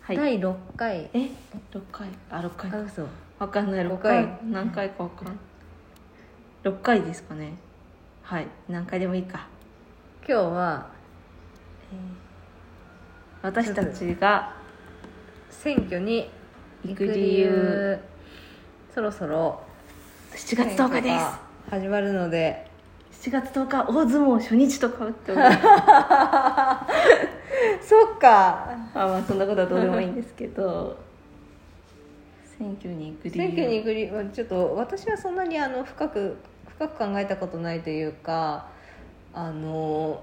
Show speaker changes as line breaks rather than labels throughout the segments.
はい
第6回
え六回あ六回
あ
か
嘘
わかんない六
五
回
回
何回かわかん六回ですかねはい何回でもいいか
今日は
私たちが
選挙に
行く理由
そろそろ
7月10日
選挙
で
が始まるので
7
す
月10日大相撲初日とかぶっております
そっか
あまあそんなことはどうでもいいんですけど選挙に行く理由
選挙に行く理由ちょっと私はそんなにあの深く深く考えたことないというかあの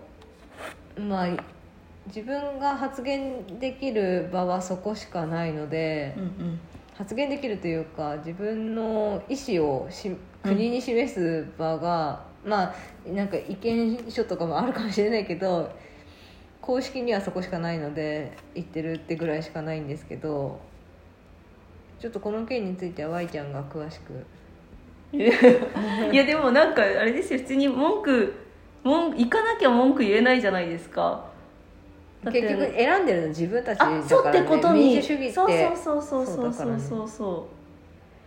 まあ自分が発言できる場はそこしかないので、
うんうん
発言できるというか自分の意思をし国に示す場が、まあなんか意見書とかもあるかもしれないけど公式にはそこしかないので言ってるってぐらいしかないんですけどちょっとこの件については Y ちゃんが詳しく
いやでもなんかあれですよ普通に文句文行かなきゃ文句言えないじゃないですかだって
結局選んでるの自分たちだから、
あ
ね、
そうってことに
民主主義って
そうそうそうそうそう
そ
そ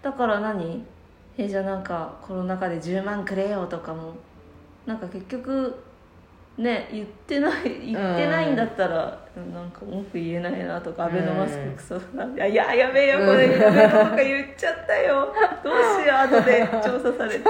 う
だから
う
ね
そうそうだから何えじゃあなんかコロナ禍で10万くれよとかもなんか結局ね言ってない言ってないんだったら、なんか文句言えないなとか
う
ア
ん
ベノマスククソだな、いややべえよこれやべえとか言っちゃったよどうしよう後で調査されて。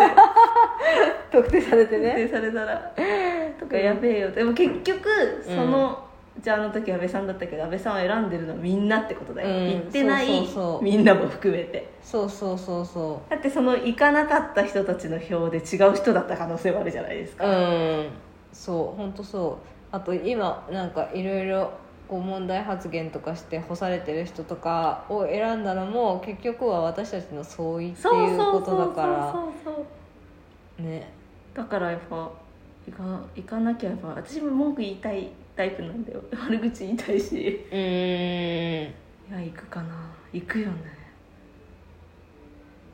特定されて
特
ね
定されたら とかやべえよでも結局その、じゃああの時安倍さんだったけど安倍さんを選んでるのはみんなってことだよ、
うん
行ってない
そうそうそう
みんなも含めて
そうそうそうそ
だってその行かなかった人たちの票で違う人だった可能性はあるじゃないです
う
か、
うんそう本当そうあと今なんかいろいろこう問題発言とかして干されてる人とかを選んだのも結局は私たちの相違って
そう
いう
そうそ
こ
う
と
そ
だ
う
か
そうそう
らね
だからやっぱ行か行かなきゃやっぱ私も文句言いたいタイプなんだよ悪口言いたいしいう
ーん
や行くかな行くよね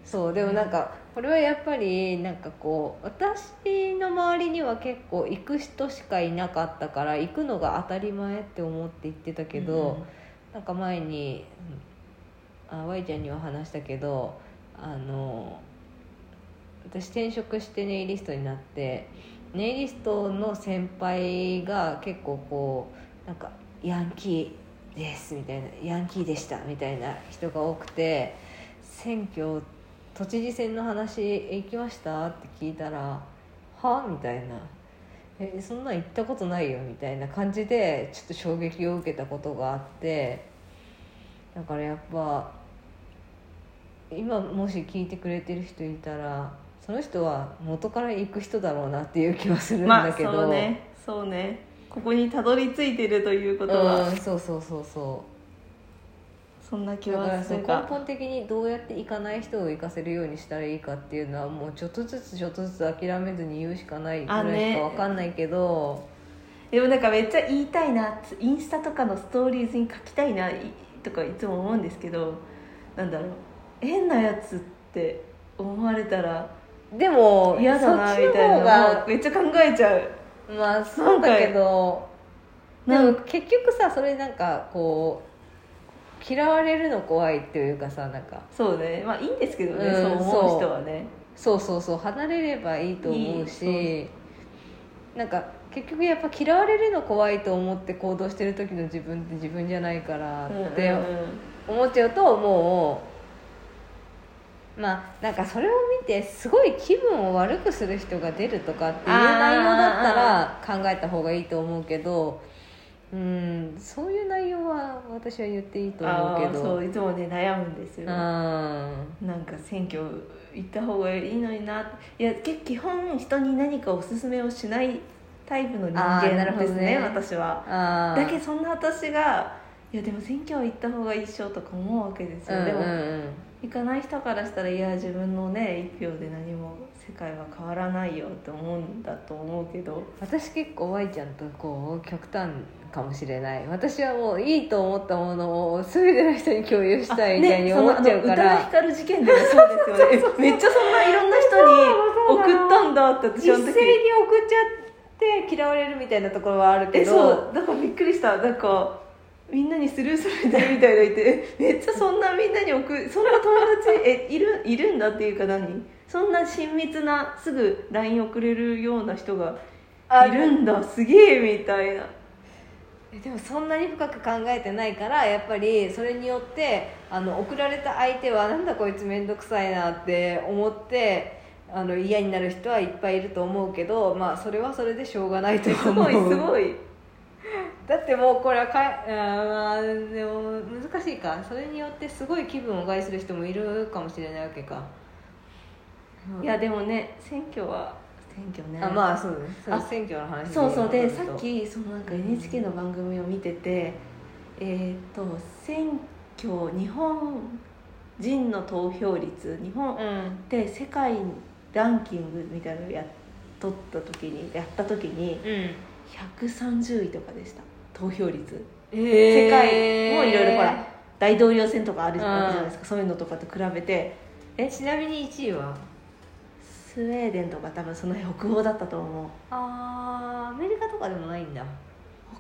そうでもなんかこれはやっぱりなんかこう私の周りには結構行く人しかいなかったから行くのが当たり前って思って行ってたけど、なんか前にあ Y ちゃんには話したけどあの私転職してネイリストになってネイリストの先輩が結構こうなんかヤンキーですみたいなヤンキーでしたみたいな人が多くて選挙都知事選の話行きましたって聞いたら「は?」みたいなえそんなん行ったことないよみたいな感じでちょっと衝撃を受けたことがあってだからやっぱ今もし聞いてくれてる人いたらその人は元から行く人だろうなっていう気はするん
ま
だ
あ
けど、
そうねそうねここにたどり着いてるということは、
うんそうそうそうそ
そんな気
うだか
は
ら
す
そ
る
う根
か
本的にどうやって行かない人を行かせるようにしたらいいかっていうのはもうちょっとずつちょっとずつ諦めずに言うしかないぐらいしかわかんないけど、
でもなんかめっちゃ言いたいなインスタとかのストーリーズに書きたいないとかいつも思うんですけどなんだろう変なやつって思われたら
でも
嫌だなみたい
そっちの方
な
が
もうめっちゃ考えちゃう
まあそうだけどで
なん
も結局さそれなんかこう嫌われるの怖いっていうかさなんか
そうねまあいいんですけどね、
うん
そう思う人はね
そうそうそう離れればいいと思う
い
しなんか結局やっぱ嫌われるの怖いと思って行動してる時の自分って自分じゃないからって
うんうんうん
思っちゃうともうまあなんかそれを見てすごい気分を悪くする人が出るとかっていう内容だったら考えた方がいいと思うけどうんそういう内容は私は言っていいと思
あ
うけ
ー
ど
そういつもね悩むんですよ
うん
なんか選挙行った方がいいのにないや結基本人に何かおすすめをしないタイプの人
あーな
間
るほ
で
ど
す
ね
ね私は
あー
だけどそんな私がいやでも選挙は行った方がいいっしょとか思うわけですよ、
うん
で
うんう
も
ん
行かない人からしたらいや自分のね一票で何も世界は変わらないよって思うんだと思うけど
私結構 Y ちゃんとこう極端かもしれない私はもういいと思ったものを全ての人に共有したいみたいに思っちゃう
ね、そ
か
のあの宇多田
ら、
ヒカル事件でも そうですよねえめっちゃそんないろんな人に送ったんだって私
一斉
は
に
の
送っ
時
ちゃって嫌われるみたいなところはあるけ
え
ど
そうだからびっくりしたなんかみんなにスルーされてるみたいないてめっちゃそんなみんなに送るそんな友達えいるいるんだっていうか何そんな親密なすぐ LINE 送れるような人がいるんだすげえみたいな
えでもそんなに深く考えてないからやっぱりそれによってあの送られた相手はなんだこいつ面倒くさいなって思ってあの嫌になる人はいっぱいいると思うけど、まあ、それはそれでしょうがないと
す
思う
ごいすごい
だってもうこれはかいあーまあでも難しいかそれによってすごい気分を害する人もいるかもしれないわけか、
いやでもね選挙は選挙ね
あまあそうですそう
あ
選挙の話で
そうそうでさ
言う
っ
と
きそのなんか NHK の番組を見ててえっ、と選挙日本人の投票率日本
うん
で世界ランキングみたいなのをやっとった時にやった時に
うん
130位とかでした投票率
世
世界もいろいろほら大統領選とかある
うん
わけじゃないですかそういうのとかと比べて
えちなみに1位は
スウェーデンとか多分その北欧だったと思う
あーアメリカとかでもないんだ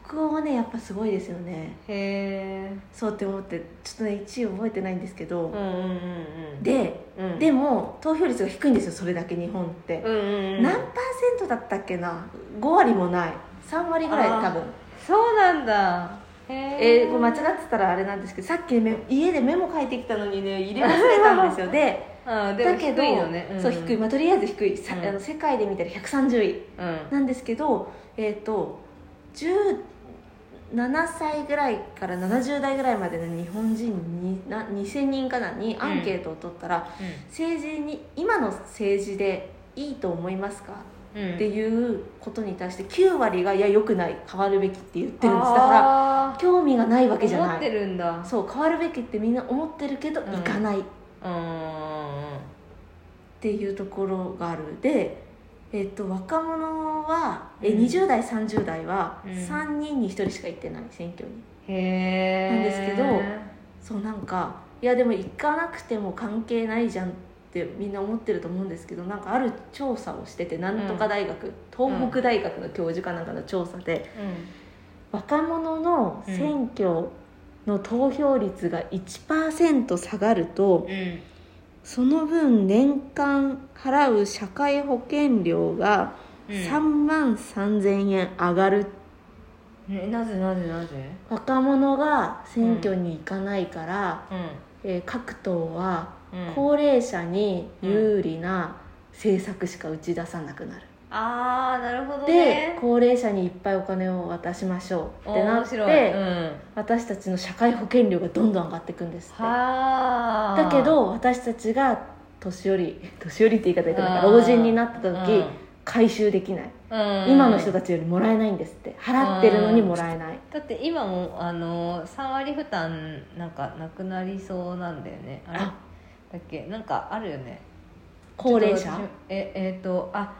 北欧はねやっぱすごいですよね
へえ
そうって思ってちょっとね1位覚えてないんですけど
うん、うんうんうん
で
うん
でも投票率が低いんですよそれだけ日本って、
うんうんうん
何パーセントだったっけな5割もない3割ぐらい
あー
多分
そうなんだへ
え
え
ー、これ間違ってたらあれなんですけどさっきめ家でメモ書いてきたのにね入れ忘れたんですよで
あー でも
だけ
低
ど
いのね
そう低い、まあ、とりあえず低い、さ
うん
あの世界で見たら130位
うん
なんですけどえっ、と17歳ぐらいから70代ぐらいまでの日本人にな2000人かなにアンケートを取ったら、政治に今の政治でいいと思いますか
うんうん
っていうことに対して9割が「いや良くない変わるべき」って言ってるんですだから
あー
興味がないわけじゃ
思
な
って
い
るんだ
そう変わるべきってみんな思ってるけど
ん
行かないっ
うんうん
ていうところがあるで、えっと若者は、え
うん
20代30代は
うん
3人に1人しか行ってない選挙に
へえ
なんですけどそうなんかいやでも行かなくても関係ないじゃんってみんな思ってると思うんですけどなんかある調査をしててなんとか大学、東北大学の教授かなんかの調査で若者の選挙の投票率が1%下がると
うんうん
その分年間払う社会保険料が3万3000円上がる、
えなぜなぜなぜ
若者が選挙に行かないから、
う
えー各党は
んうん
高齢者に有利な政策しか打ち出さなくなる、
ああなるほど
で
ね
高齢者にいっぱいお金を渡しましょうってなっ
面
て、
白いうん
私たちの社会保険料がどんどん上がっていくんですって
はあ
だけど私たちが年寄り年寄りって言い方いいかな
あー
老人になった
うん
時回収できない、
うん
今の人たちよりもらえないんですって払ってるのにもらえない、
だって今もあの3割負担なんかなくなりそうなんだよねあれ
あ
だっけなんかあるよね
高齢
ちょ
者
っと私ええっ、とあ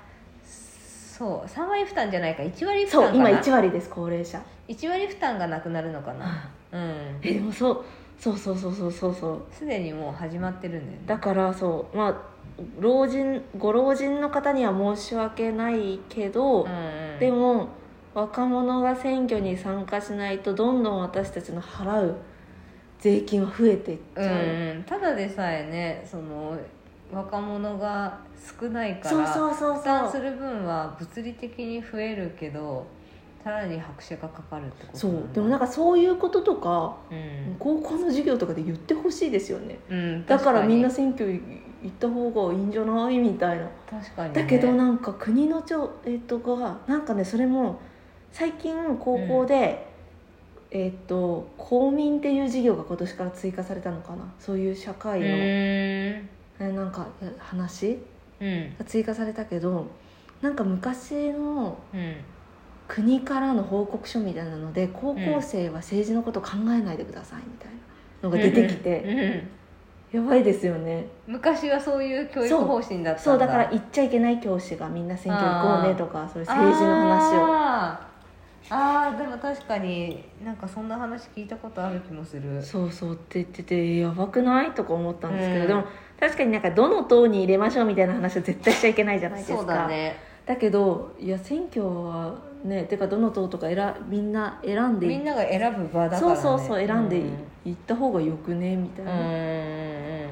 そう3割負担じゃないか1割負担
そ
か
う
な
今1割です高齢者
1割負担がなくなるのかなうん
えでもそうそうそうそうそうそうそう
すでにもう始まってるんだよね
だからそうまあ老人ご老人の方には申し訳ないけど、
うんうん、
でも若者が選挙に参加しないとどんどん私たちの払う税金は増えていっち
う
ゃう、
んうん、ただでさえねその若者が少ないから
そうそうそう
負担
そ
す
う
る分は物理的に増えるけどさらに拍車がかかるってこと
そう
だ
でもなんかそういうこととか
うん、
高校の授業とかで言ってほしいですよね
うん、
だから
確
み
に
んな選挙行った方がいいんじゃないみたいな
確かに、ね、
だけどなんか国のちょ、えっとがなんかねそれも最近高校で、えっと公民っていう授業が今年から追加されたのかなそういう社
う
会の、え
ーん
なんかえ話
うん
が追加されたけどなんか昔の
うん
国からの報告書みたいなので高校生は政治のことを考えないでくださいみたいなのが出てき
うん
て、
うん
やばいですよね
昔はそういう教育方針だったんだ
そうだから行っちゃいけない教師がみんな選挙行こうねとかそういう政治の話を
あーあーでも確かになんかそんな話聞いたことある気もする
そうそうって言っててやばくないとか思ったんですけど、
うん
でも確かになんかどの党に入れましょうみたいな話は絶対しちゃいけないじゃないですか
そうだね
だけどいや選挙はねてかどの党とか選みんな選んで
みんなが選ぶ場だから、
そう
ね、
そうそう選んでい
うん
行った方がよくねみたい
うんう
なん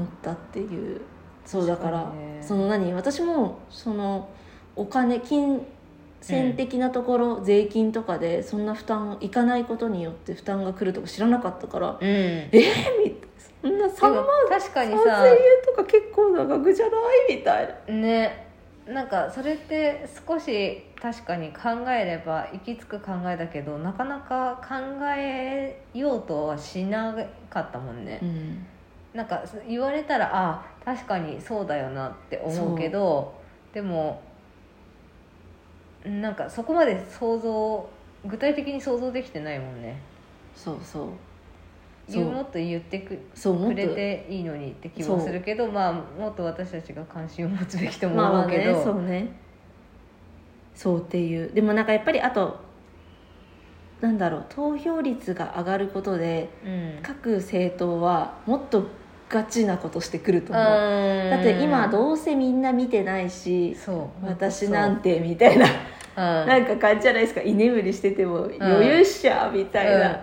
思ったっていうそうだから
確かにね
その何私もそのお金金銭的なところ、税金とかでそんな負担いかないことによって負担が来るとか知らなかったから
うんうん
えみそんな3
で
万
も確か
3000
に
円
さ
とか結構な額じゃないみたいな
ねなんかそれって少し確かに考えれば行き着く考えだけどなかなか考えようとはしなかったもんね、
うん
なんかそ言われたらあ確かにそうだよなって思うけどでもなんかそこまで想像具体的に想像できてないもんね
そうそうそう
言うもっと言ってく
そう思っ
く
て
れていいのにって気
そう
もするけどまあもっと私たちが関心を持つべきとも
まあま
思
あ
うけ
ねそ
ど
うねそうっていうでもなんかやっぱりあとなんだろう投票率が上がることで
うん
各政党はもっとガチなことしてくると思うだ
だ
って今どうせみんな見てないし
そう
私なんてみたいな
うん
なんか感じじゃないですか居眠りしてても余裕っしゃみたいな、
うん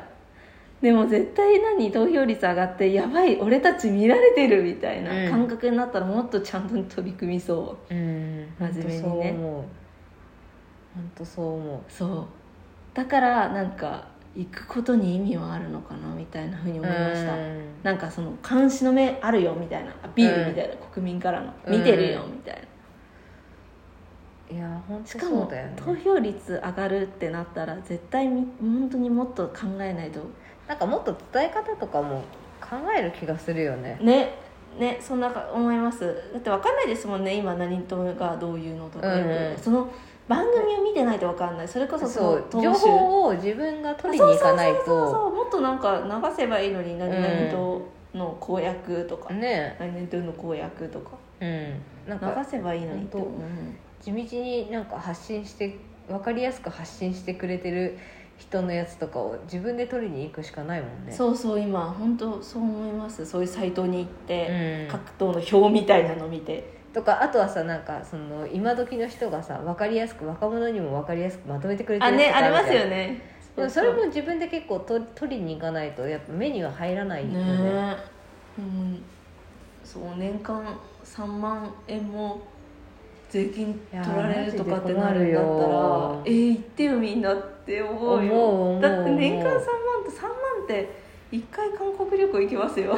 でも絶対何投票率上がってやばい俺たち見られてるみたい
うん
な感覚になったらもっとちゃんと取り組みそう
うん
真面目にね
本当そう思う本当そう思
そうだからなんか行くことに意味はあるのかなみたいなふうに
う
思いました、
うん
なんかその監視の目あるよみたいなアピールみたいな、国民からの見てるよ
うん
みたいな、
いや本
し
当
か
そ
も、
うだよね
投票率上がるってなったら絶対み本当にもっと考えないと
なんかもっと伝え方とかも考える気がするよね
ねねそんなか思いますだって分かんないですもんね今何党がどういうのとかよく、
うんうん
その番組を見てないと分かんないそれこそそ
そう
の党首
情報を自分が取りに行かない
そうそうそ
と
うもっとなんか流せばいいのに何
うん
々との公約とか、
ね
何々との公約とか
うんな
流
んか
せばいいのにと
本地道になんか発信して分かりやすく発信してくれてる人のやつとかを自分で取りに行くしかないもんね
そうそう今本当そう思いますそういうサイトに行って、
ん
各党の表みたいなの見て
とかあとはさなんかその今時の人がさ分かりやすく若者にも分かりやすくまとめてくれて
あ
る
ね
とか
あり
るじゃん
ますよね
でもそれも自分で結構と取りに行かないとやっぱ目には入らないよね
ねえうんそう年間3万円も税金取られるとかってなるんだった
い
ら
やーマジで困るよ
えー、行ってよみんなって思うよ
思う思う
だって年間3
思
万
う
って3万って1回韓国旅行行きますよ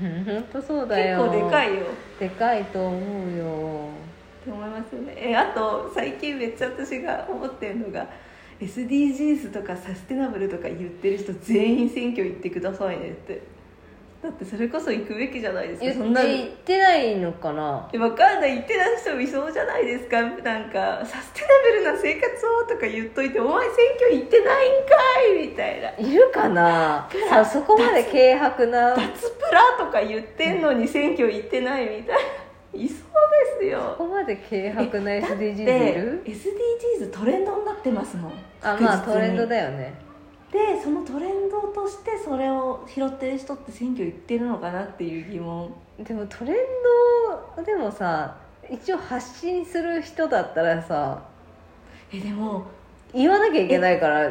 本当そう
結
だよ
構でかいよっ
でかいと思うよ
て思いますよねえあと最近めっちゃ私が思ってるのが SDGs とかサステナブルとか言ってる人全員選挙行ってくださいねってだってそれこそ行くべきじゃないですかそ
言
ん
っ
な
て言ってないのかな
わかんない言ってらっしゃる人もいそうじゃないですかなんかサステナブルな生活をとか言っといてお前選挙行ってないんかいみたいない
るかなさそこまで軽薄な
脱プラとか言ってんのに選挙行ってないみたいないそうです
そ
よ
こまで軽薄な
えだって
SDGs いる
SDGs トレンドになってますもん
あまあトレンド
で
だよね
でそのトレンドとしてそれを拾ってる人って選挙行ってるのかなっていう疑問
でもトレンドでもさ一応発信する人だったらさ
えでも
言わなきゃいけないから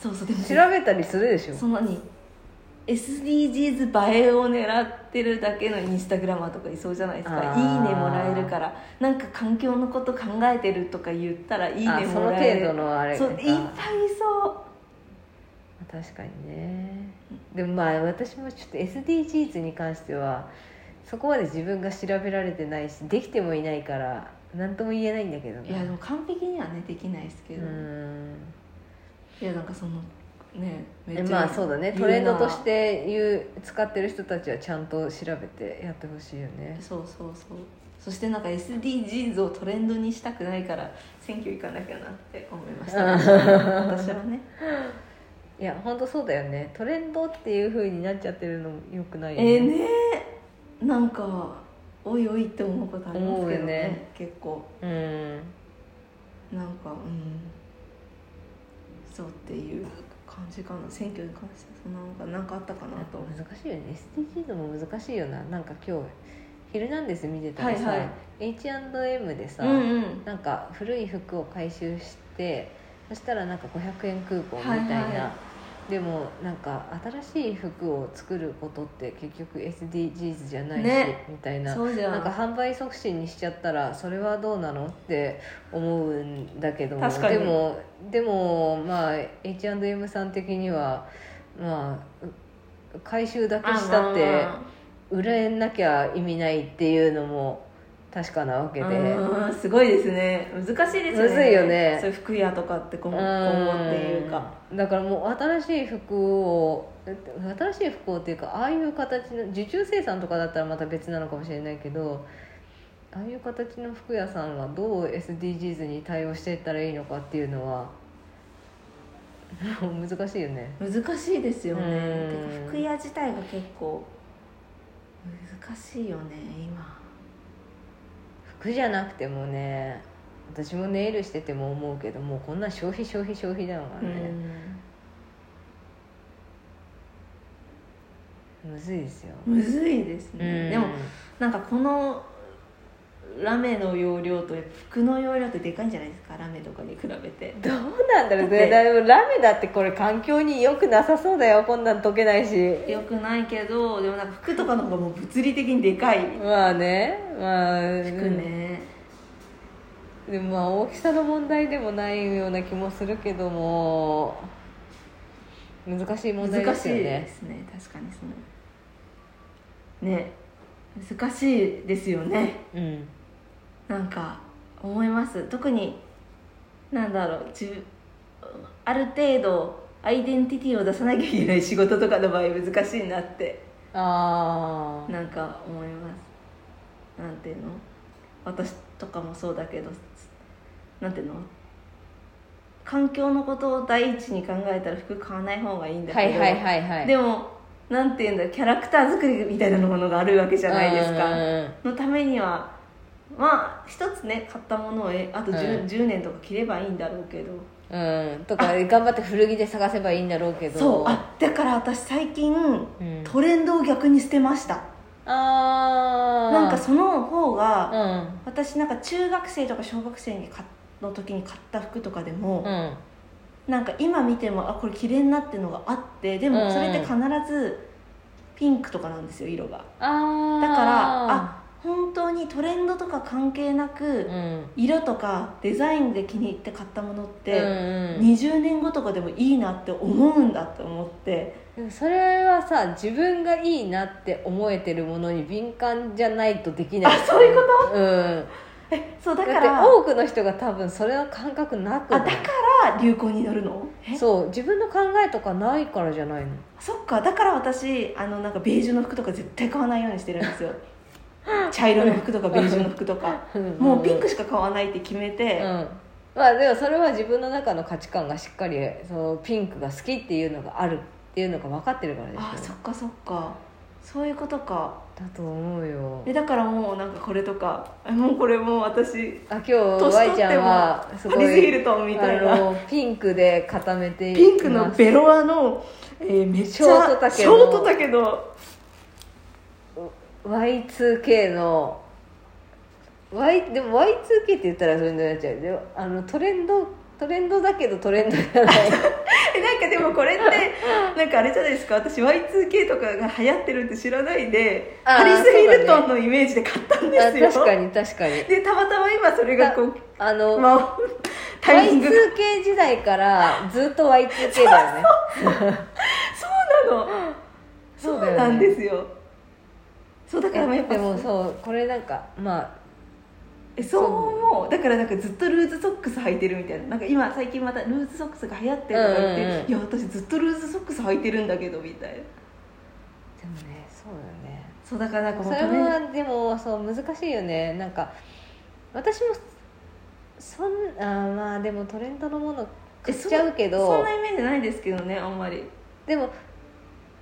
そうそうでも
調べたりするでしょ
そのに SDGs 映えを狙ってるだけのインスタグラマーとかいそうじゃないですか「
あ
いい
ー
ね」もらえるからなんか環境のこと考えてるとか言ったら「いい
あ
ね」
そ
も
の
ら
程
え
度
る
のあれ
そういっぱいいそ
確かにねでもまあ私もちょっと SDGs に関してはそこまで自分が調べられてないしできてもいないから何とも言えないんだけど
ういやでも完璧にはねできないですけ
う
ど、
ん
いやなんかそのねめ
えまあそうだね
言
トレンド
な
として言う使ってる人たちはちゃんと調べてやってほしいよね
そうそうそうそしてなんか SDGs をトレンドにしたくないから選挙行かなきゃなって思いました私は ね
いや本当そうだよねトレンドっていう風になっちゃってるのもよくないよ
えー、ねなんかおいおいって思うことありますけどね
思うよね
結構
う
な
ん
んかうんそうっていう感じかな選挙に関してはそんなのかなんかあったかな
あ
と
と難しいよね SDGs も難しいよななんか今日「ヒルナンデス」見てたらさ、
はいはい
H&M でさ、
うんうん
なんか古い服を回収してそしたらなんか500円クーポンみたいな、
はいは
でもなんか新しい服を作ることって結局 SDGs じゃないし、
ね
みたいな
そうじゃん
なんか販売促進にしちゃったらそれはどうなのって思うんだけども
確かに
でもでもまあ H&M さん的にはまあう回収だけしたって
あ
売れなきゃ意味ないっていうのも確かなわけ
まあ
で。
うんすごいですね難しいですよね
むずいよね
そういう服屋とかって今後今後っていうか
うんだからもう新しい服を新しい服をっていうかああいう形の受注生産とかだったらまた別なのかもしれないけどああいう形の服屋さんがどう SDGs に対応していったらいいのかっていうのは もう難しいよね
難しいですよね
うん
てか服屋自体が結構難しいよね今
服じゃなくてもね私もネイルしてても思うけどもうこんな消費消費消費だからね、むずいですよ、
うんむずいですね、でも
うん
なんかこのラメの容量と服の容量ってでかいんじゃないですかラメとかに比べて
どうなんだろう
だって
ねでもラメだってこれ環境に良くなさそうだよこんなん溶けないし
よくないけどでもなんか服とかの方がもう物理的にでかい
まあねまあ
服ね、
でもまあ大きさの問題でもないような気もするけども難しい問題
難
で
し
す
い
よ
で
ね
すね確かにそのね難しいですよね
うん
なんか思います特になんだろう自分ある程度アイデンティティを出さなきゃいけない仕事とかの場合難しいなって
ああ
なんか思いますなんていうの私とかもそうだけどなんていうの環境のことを第一に考えたら服買わない方がいいんだ
は
け
い
ど、
はいはいはい
で
も
もなんていうんだキャラクター作りみたいなものがあるわけじゃないですかのためにはまあ一つね買ったものをえあと 10,、
うん
10年とか着ればいいんだろうけど
うんとか頑張って古着で探せばいいんだろうけど
そうあだから私最近、
うん
トレンドを逆に捨てました
あー
なんかその方が、
うん
私なんか中学生とか小学生に買っの時に買った服とかでも
う、ん
なんか今見てもあこれ綺麗になってのがあってで
うんう
も
ん
それって必ずピンクとかなんですよ色が
あー
だからあ本当にトレンドとか関係なく、
うん
色とかデザインで気に入って買ったものっ
うん
て、
うん
20年後とかでもいいなって思うんだって思って
でもそれはさ自分がいいなって思えてるものに敏感じゃないとできない
あそういう
とうん
えそうだ
だ
か
って
ら
多くの人が多分それは感覚なく
あ
な
だ
い
から流行に乗るのえ
そう自分の考えとかないからじゃないの
そっかだから私あのなんかベージュの服とか絶対買わないようにしてるんですよ 茶色の服とかベージュの服とかもうピンクしか買わないって決め
う
て、
んまあでもそれは自分の中の価値観がしっかりそのピンクが好きっていうのがあるっていうのが分かってるからでしょ
あそっかそっかそういうことか
だと思うよ
えだからもうなんかこれとかえもうこれもう私
あ今日
年
ワイ
取っ
ち
て
ゃん
も
は
ハ
す
リ
ご
ー・ヒ
い
ルトンみたい
あ
な
のピンクで固めてい
ピンクの
ます
ベロアの、えーめっちゃ
ショート丈の
ショート丈の
Y2K の Y でも Y2K って言ったらそれになっちゃうでもあのトレンドトレンドだけどトレンドじゃない
えなんかでもこれってなんかあれじゃないですか私 Y2K とかが流行ってるって知らないで
あー
ハリス・ヒル
そ
ト
うだ
ンのイメージで買ったん
あ
です
確
よ、
かに確かに
でたまたま今それがこう
あの、
まあ、タイミングが
Y2K 時代からずっと Y2K だよね
そうなのそ
そう
うなんですよそうだからやっぱ
でもそうこれなんかまあ
えそう思うだからなんかずっとルーズソックス履いてるみたいななんか今最近またルーズソックスが流行ってるとか言って、
うんうんうん
いや私ずっとルーズソックス履いてるんだけどみたいな
でもねそうだよね
そうだからなんか
そ
もう
れ
トレン
はでもそう難しいよねなんか私もそんあーまあでもトレンドのもの買っちゃうけど
そんなイメージないですけどねあんまり
でも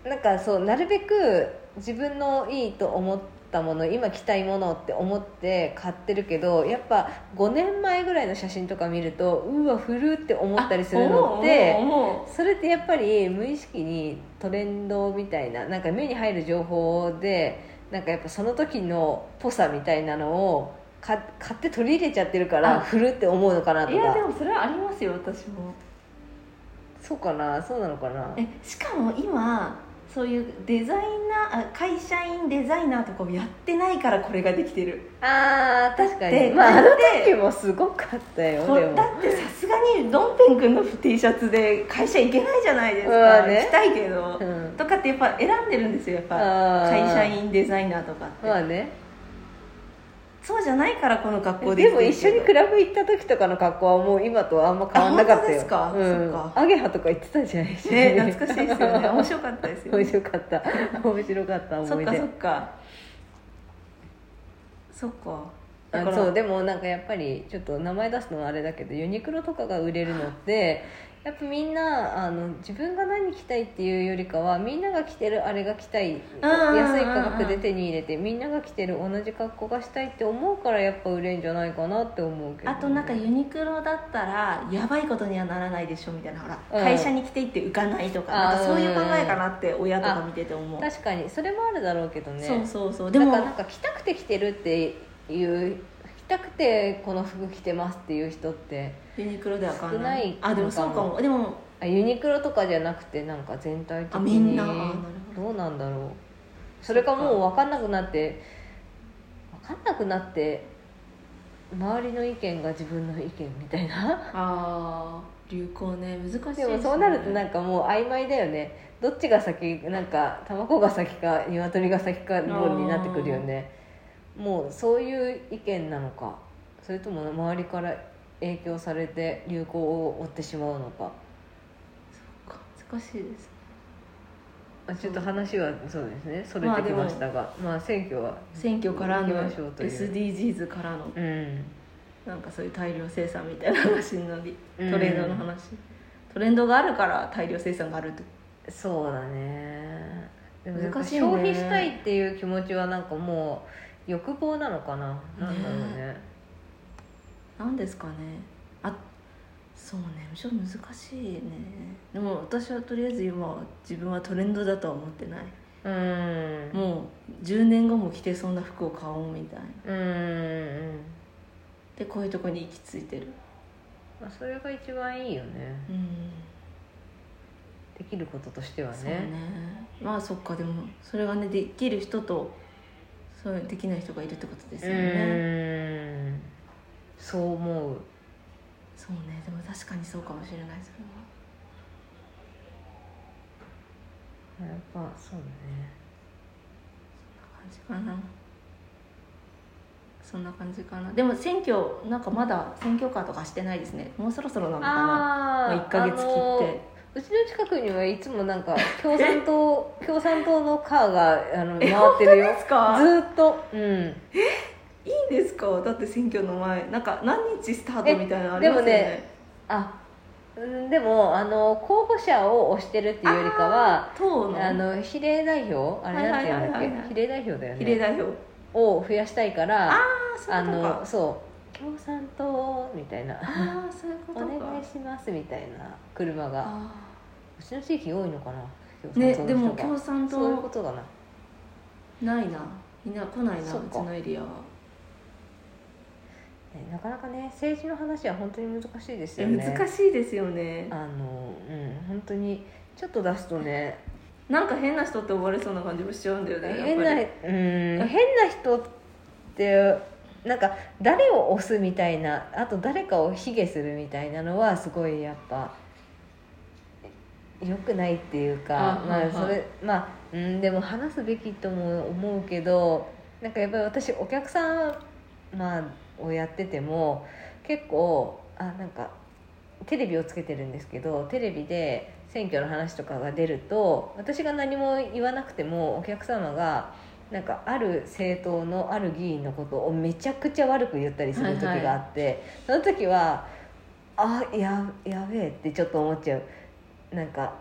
なんかそうなるべく自分のいいと思ったもの今着たいものって思って買ってるけどやっぱ5年前ぐらいの写真とか見るとうわ古って思ったりするのっ
あ思
て
う思う思
それってやっぱり無意識にトレンドみたいななんか目に入る情報でなんかやっぱその時のっぽさみたいなのをか買って取り入れちゃってるから
あ
振るって思うのかなと
いやで
か
もそれはありますよ私も
そうかなそうなのかな
えしかも今そういうデザイナーあ会社員デザイナーとかをやってないからこれができてる
あー確か
だっ
に
て
まあ
だ
あの
って
時もすごかったよ
こ
で
だ
も
ってさすがにどんぺんくんの T シャツで会社行けないじゃないです
うわ
か、
ね
行きたいけど、
うん
とかってやっぱ選んでるんですよやっぱ
あー
会社員デザイナーとかって、
まあね
そうじゃないからこの格好で
でも一緒にク
ら
ラブ行った時とかの格好はもう今とはあんま変わんなかった
あ本当で
よ
すかそっか
うん、アゲハとか行ってたじゃないし
ね懐かしいですよね面白かったですよ、
面
ね、
白かった面白かった
そ
思
っ
い
か
出
そっかそっかだか
あ
ら
そうでもなんかやっぱりちょっと名前出すのはあれだけどユニクロとかが売れるのって やっぱみんなあの自分が何着たいっていうよりかはみんなが着てるあれが着たい
うんうんうん
安い価格で手に入れてみんなが着てる同じ格好がしたいって思うからやっぱ売れんじゃないかなって思うけど
あとなんかユニクロだったらやばいことにはならないでしょみたいなほら、
うん
会社に来ていって浮かないとか
あー
なんかそういう考えかなって親とか見てて思う、
確かにそれもあるだろうけどね
そうそうそうでも
だからなんか着たくて着てるっていう着たくてこの服着てますっていう人って
ユニクロでは買わな
少
い
ない
あでもそうかもでも
あユニクロとかじゃなくてなんか全体的
あ
に
みんなあなる
どうなんだろうそれかもう分かんなくなって分かんなくなって周りの意見が自分の意見みたいな
あー流行ね難しいすね
でもそうなるとなんかもう曖昧だよねどっちが先なんか卵が先か鶏が先か論になってくるよねもうそういう意見なのかそれとも周りから影響されて流行を追ってしまうのか
難しいです
あちょっと話はそうですねそれてきましたが、まあ、選挙は
選挙から
行き
の
ましょうという
SDGs からの
うん
なんかそういう大量生産みたいな話になり
うん
トレンドの話、トレンドがあるから大量生産があるって
そうだねでもなんか
難しいよね
消費したいっていう気持ちはなんかもう欲望なのかななんだろうね
なんですかねあそうねむしろ難しいねでも私はとりあえず今は自分はトレンドだとは思ってない
うん
もう10年後も着てそうな服を買おうみたいな
うんうん
でこういうとこに行き着いてる
まあそれが一番いいよね
うん
できることとしては
そうね
ね
まあそっかでもそれがねできる人とそうできない人がいるってことですよね
うんそう思う
そうねでも確かにそうかもしれないそれは
やっぱそうだね
感じかなそんな感じかなでも選挙なんかまだ選挙カーとかしてないですねもうそろそろなのかな
あ
もう1ヶ月切って
うちの近くにはいつもなん か共産党共産党のカーがあの回ってるよ
す
ずーっとうん
いいんですかだって選挙の前なんか何日スタートみたいなのあ
え
りますよね
でもねあうんでもあの候補者を推してるっていうよりかは
党の
あの比例代表あれなんて言うんだ
は
っ
いはいはいは
け
い
比例代表だよ
比例
ね
代表
を増やしたいからあ
ああそういうこと
の
か
そう共産党みたいな
ああそういう
お
ことか
願いしますみたいな車が
あ
うちの地域多いのかな
ーね
共産党の人が
でも共産
そういうこ
党
とかな
ないなみんな来ないな
そうっ
ち
か
のエリアは
ねなかなかね政治の話は本当に難しいです
え
よね
難しいですよね
あのうん本当にちょっと出すとね
なんか変な人って思われそうな感じもしちゃうんだよねやっぱり
変なうん変な人ってなんか誰を押すみたいなあと誰かを卑下するみたいなのはすごいやっぱ良くないっていうか
あ
ま
はい
あ
はい
それまあうんでも話すべきとも思うけどなんかやっぱり私お客さん、まあ、をやってても結構あなんかテレビをつけてるんですけどテレビで選挙の話とかが出ると私が何も言わなくてもお客様がなんかある政党のある議員のことをめちゃくちゃ悪く言ったりする時があって、その時はあややべえってちょっと思っちゃうなんか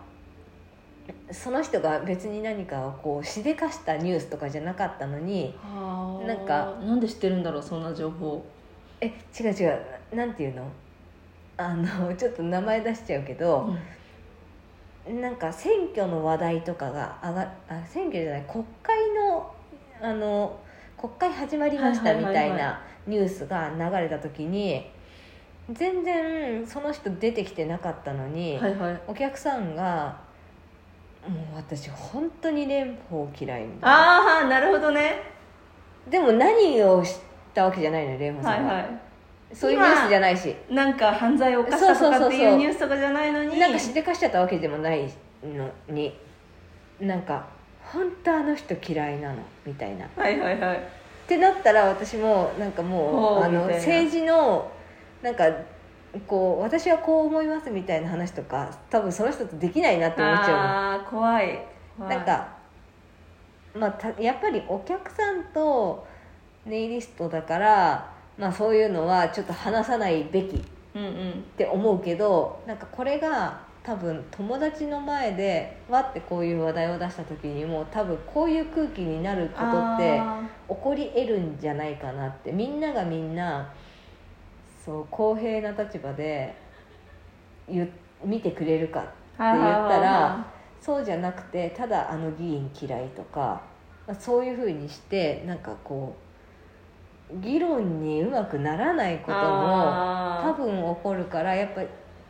その人が別に何かをこうしでかしたニュースとかじゃなかったのに
はあ
なんか
なんで知ってるんだろうそんな情報
え違う違うななんていうのあの ちょっと名前出しちゃうけど、なんか選挙の話題とかが上があ選挙じゃない国会のあの国会始まりました
はい
み
はいは
た
いはい
いなニュースが流れた時に全然その人出てきてなかったのに、
はいはい
お客さんが「もう私本当に連邦嫌い」みたいな
ああなるほどね
でも何をしたわけじゃないのよ蓮舫
は
さ
い
んは、
は
そういうニュースじゃないし
いなんか犯罪を犯したとかって
そうそうそう
い
そう
うニュースとかじゃないのに
なんかしでかしちゃったわけでもないのになんか本当あの人嫌いなのみたいなっ
はいはいはい
てなったら私もなんかも
ほ
う
う
あの
みたいな
政治のなんかこう私はこう思いますみたいな話とか多分その人とできないなって思っちゃうの
ああー怖い怖い
なんか、まあ、たやっぱりお客さんとネイリストだから、まあ、そういうのはちょっと話さないべきっ
うんうん
て思うけどなんかこれが多分友達の前でわってこういう話題を出した時にも多分こういう空気になることって
あ
起こり得るんじゃないかなってみんながみんなそう公平な立場で言う見てくれるかって
ーはい
言
はい
った
はい
ら
は
そうじゃなくてただあの議員嫌いとかまあそういうふうにしてなんかこう議論にうまくならないことも
あ
多
ー
分起こるからやっぱ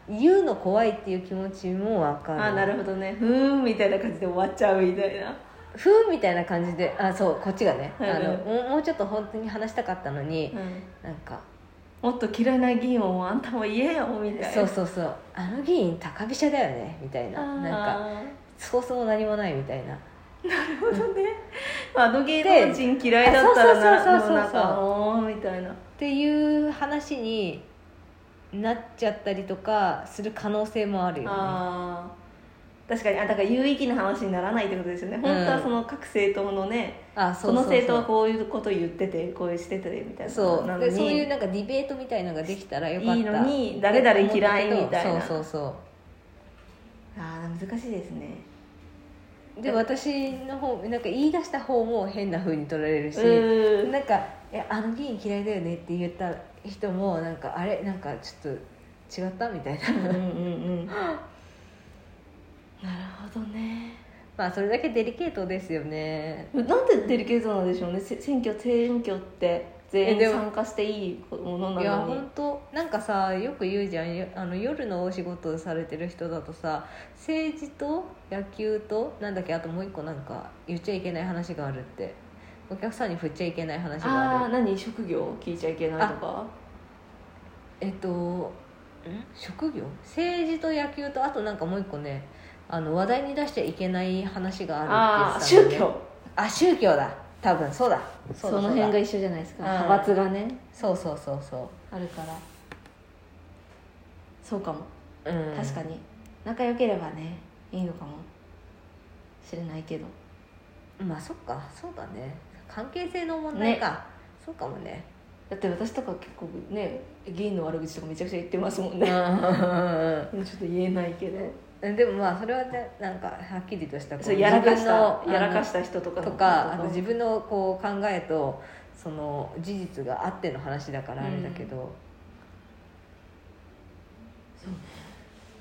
言うの怖いっていう気持ちも分かる
あーなるほどねふーんみたいな感じで終わっちゃうみたいな
ふーんみたいな感じであそうこっちがね、
はいはい
あのもうもうちょっと本当に話したかったのに、なんか
もっと嫌いな議員をあんたも言えよみたいな
そうそうそうあの議員高飛車だよねみたいななんか
か
ソースも何もないみたいな
あの芸能人嫌いだったら
で
な
あそうそうそうそうそう
なんかおーみたいな
っていう話になっちゃったりとかする可能性もあるよね
あー確かにあだから有意義な話にならないってことですよね、本当はその各政党のね
あ
その政党はこういうこと言っててこうしててみたいな
そ
な
う
の
でそうい
に
うなんかディベートみたいのができたらよかった
いいのに誰々嫌いみたいな
そうそうそ
あー難しいですね
うで私の方なんか言い出した方も変な風に取られるし
うーん
なんか「えあの議員嫌いだよね」って言った人もなんか「あれなんかちょっと違った?」みたいな
うんうんうんなるほどね
まあそれだけデリケートですよね
なんでデリケートなんでしょうねせ選挙選挙って全
えで
員
も
参加していいもの
い
な
や
のに
本当なんかさよく言うじゃんよあの夜のお仕事をされてる人だとさ政治と野球となんだっけあともう一個なんか言っちゃいけない話があるってお客さんに振っちゃいけない話が
あ
あ
あ
る
何職業を聞いちゃいけないとか
えっとん職業政治と野球とあとなんかもう一個ねあの話題に出しちゃいけない話
あ
がある
あ
っ
ー
て言
宗
ってたんだよね
教
あ宗教だ多分そうだ
そう
だ
の
だ
辺が一緒じゃないですか
うん
派閥がね
そうそうそうそ
あるからそうかも
う、うん、
確かに仲良ければねいいのかもしれないけど
まあそっかそうだね関係性の問題か、そうかもね
だって私とか結構ね議員の悪口とかめちゃくちゃ言ってますもんね
う
ちょっと言えないけど
んでもまあそれはねなんかはっきりとしたこう
そうやらかし
自分の
た
あの
やらかした人とか
と
の
かあと
こと
自分のこう考えとその事実があっての話だからあれだけど、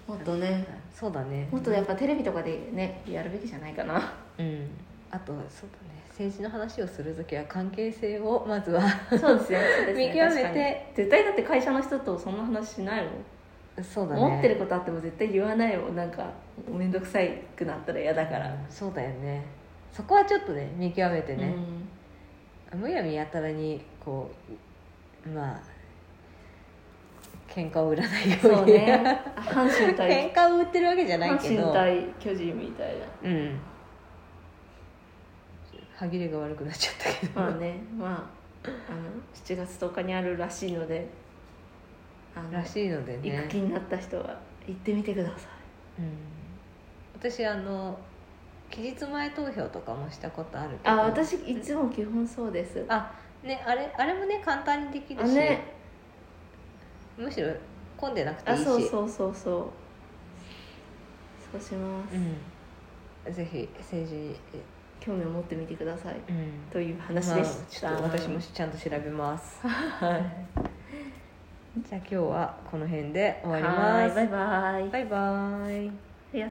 もっとね
そうだね
もっとやっぱテレビとかでねやるべきじゃないかな
うんあとそうだね政治の話をする時は関係性をま ずは
そうですねそうですね
見極め
確
て
かに絶対だって会社の人とそんな話しないもん、
そうだね
思ってることあっても絶対言わないもんなんか面倒くさいくなったら嫌だから、
そうだよねそこはちょっとね見極めてね、
うん
むやみやたらにこうまあ喧嘩を売らないように
そう ね阪神
喧
対
嘩を売ってるわけじゃないけ
阪
ど
神対巨人みたいな
うん歯切れが悪くなっちゃったけ ど、
まあねまああの7月10日にあるらしいのであの
らしいので
行く
ね
気、になった人は行ってみてくださ
うん、私あの期日前投票とかもしたことある
い
けど
あ私いつも基本そうです
あねあれあれもね簡単にできる
あ
し、
ね
むしろ混んでなくてい
あ
いし
そうそうそうそうそうします、
うん、ぜひ政治に、
興味を持ってみてください
うん、
という話でした、
まあちょっと私もちゃんと調べ ますじゃあ今日はこの辺で終わり
は
ま
い
す
バイバイ
バイバイ